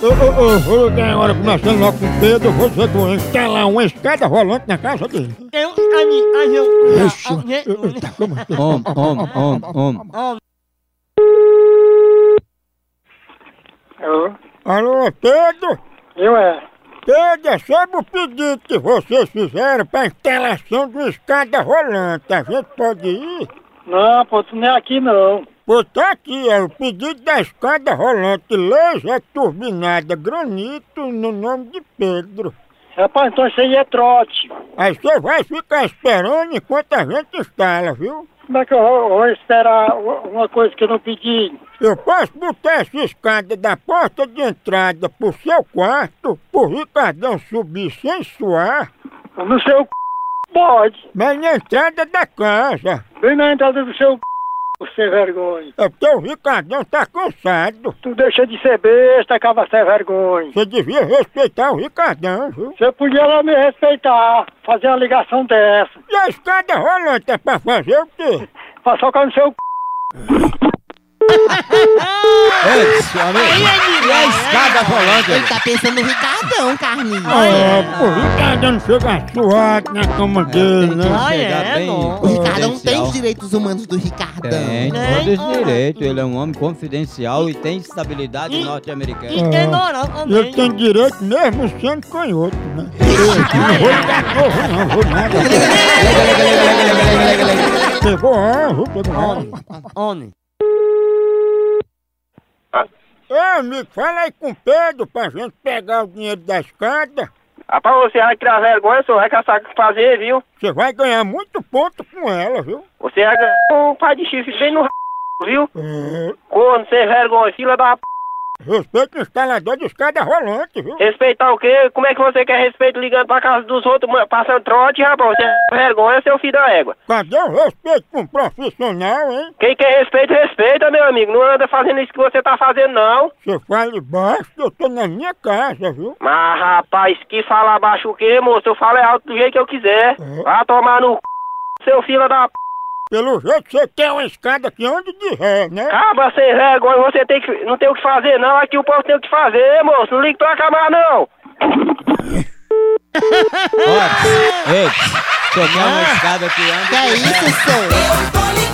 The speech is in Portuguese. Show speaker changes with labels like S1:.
S1: Eu, eu, eu vou ganhar hora começando logo com o Pedro, eu vou ser doente. Tá lá uma escada rolante na casa dele.
S2: Eu, a mim, a eu,
S1: Ixi, eu- eu- tá, como-
S3: Om, om, om, om.
S4: Eu,
S1: Alô, Pedro?
S4: eu é.
S1: Pedro, é sobre o pedido que vocês fizeram pra instalação de uma escada rolante. A gente pode ir?
S4: Não, pô, tu não é aqui não.
S1: Pô, tá aqui, é o pedido da escada rolante laser turbinada granito no nome de Pedro.
S4: Rapaz, então isso aí é trote.
S1: Aí você vai ficar esperando enquanto a gente instala, viu?
S4: Como é que eu vou, vou esperar u- uma coisa que eu não pedi?
S1: Eu posso botar essa escada da porta de entrada pro seu quarto, pro Ricardão subir sem suar,
S4: No seu c... pode.
S1: mas na entrada da casa.
S4: Bem na entrada do seu c... sem vergonha.
S1: É porque o Ricardão tá cansado.
S4: Tu deixa de ser besta, acaba sem vergonha.
S1: Você devia respeitar o Ricardão, viu?
S4: Você podia lá me respeitar, fazer uma ligação dessa.
S1: E a escada rolante é pra fazer o quê?
S4: Pra socar no seu c...
S3: É isso, amigo. E a escada rolante?
S5: Ele tá pensando no Ricardão, Carlinhos.
S1: É, o Ricardão não chega suado na cama dele, né?
S2: Ah, é,
S3: Chegar bem
S2: não.
S5: O Ricardão um tem
S3: confidencial.
S5: os direitos humanos do Ricardão.
S3: Tem,
S2: Né?
S3: todos os direitos. Ele é um homem confidencial e tem estabilidade norte-americana.
S2: E tem moral
S1: E ele
S2: também.
S1: tem direito mesmo sendo canhoto, né? Não vou ligar novo, não, vou nada. Pegou anjo, pegou anjo.
S2: Homem.
S1: Ô, amigo, fala aí com o Pedro pra gente pegar o dinheiro da escada.
S4: Rapaz, você vai tirar vergonha, você vai caçar o que fazer, viu?
S1: Você vai ganhar muito ponto com ela, viu?
S4: Você vai ganhar um pai de chifre bem no r... viu?
S1: É,
S4: Corno, sem vergonha, fila da p...
S1: respeita o instalador de escada rolante, viu?
S4: Respeitar o quê? Como é que você quer respeito ligando pra casa dos outros, mano, passando trote, rapaz? Você é vergonha, seu filho da égua.
S1: Cadê o respeito com o profissional, hein?
S4: Quem quer respeito, respeita, meu amigo. Não anda fazendo isso que você tá fazendo, não.
S1: Você fale baixo, eu tô na minha casa, viu?
S4: Mas, rapaz, que fala abaixo o quê, moço? Eu falo é alto do jeito que eu quiser.
S1: Uhum.
S4: Vá tomar no c... seu fila da p...
S1: Pelo jeito você tem uma escada que ande de ré, né?
S4: Acaba sem vergonha, você tem que... não tem o que fazer, não. Aqui o povo tem o que fazer, moço. Não liga pra acabar, não.
S3: Ó, ei, você quer uma escada que anda?
S5: Que é isso, senhor?
S6: Eu tô ligado.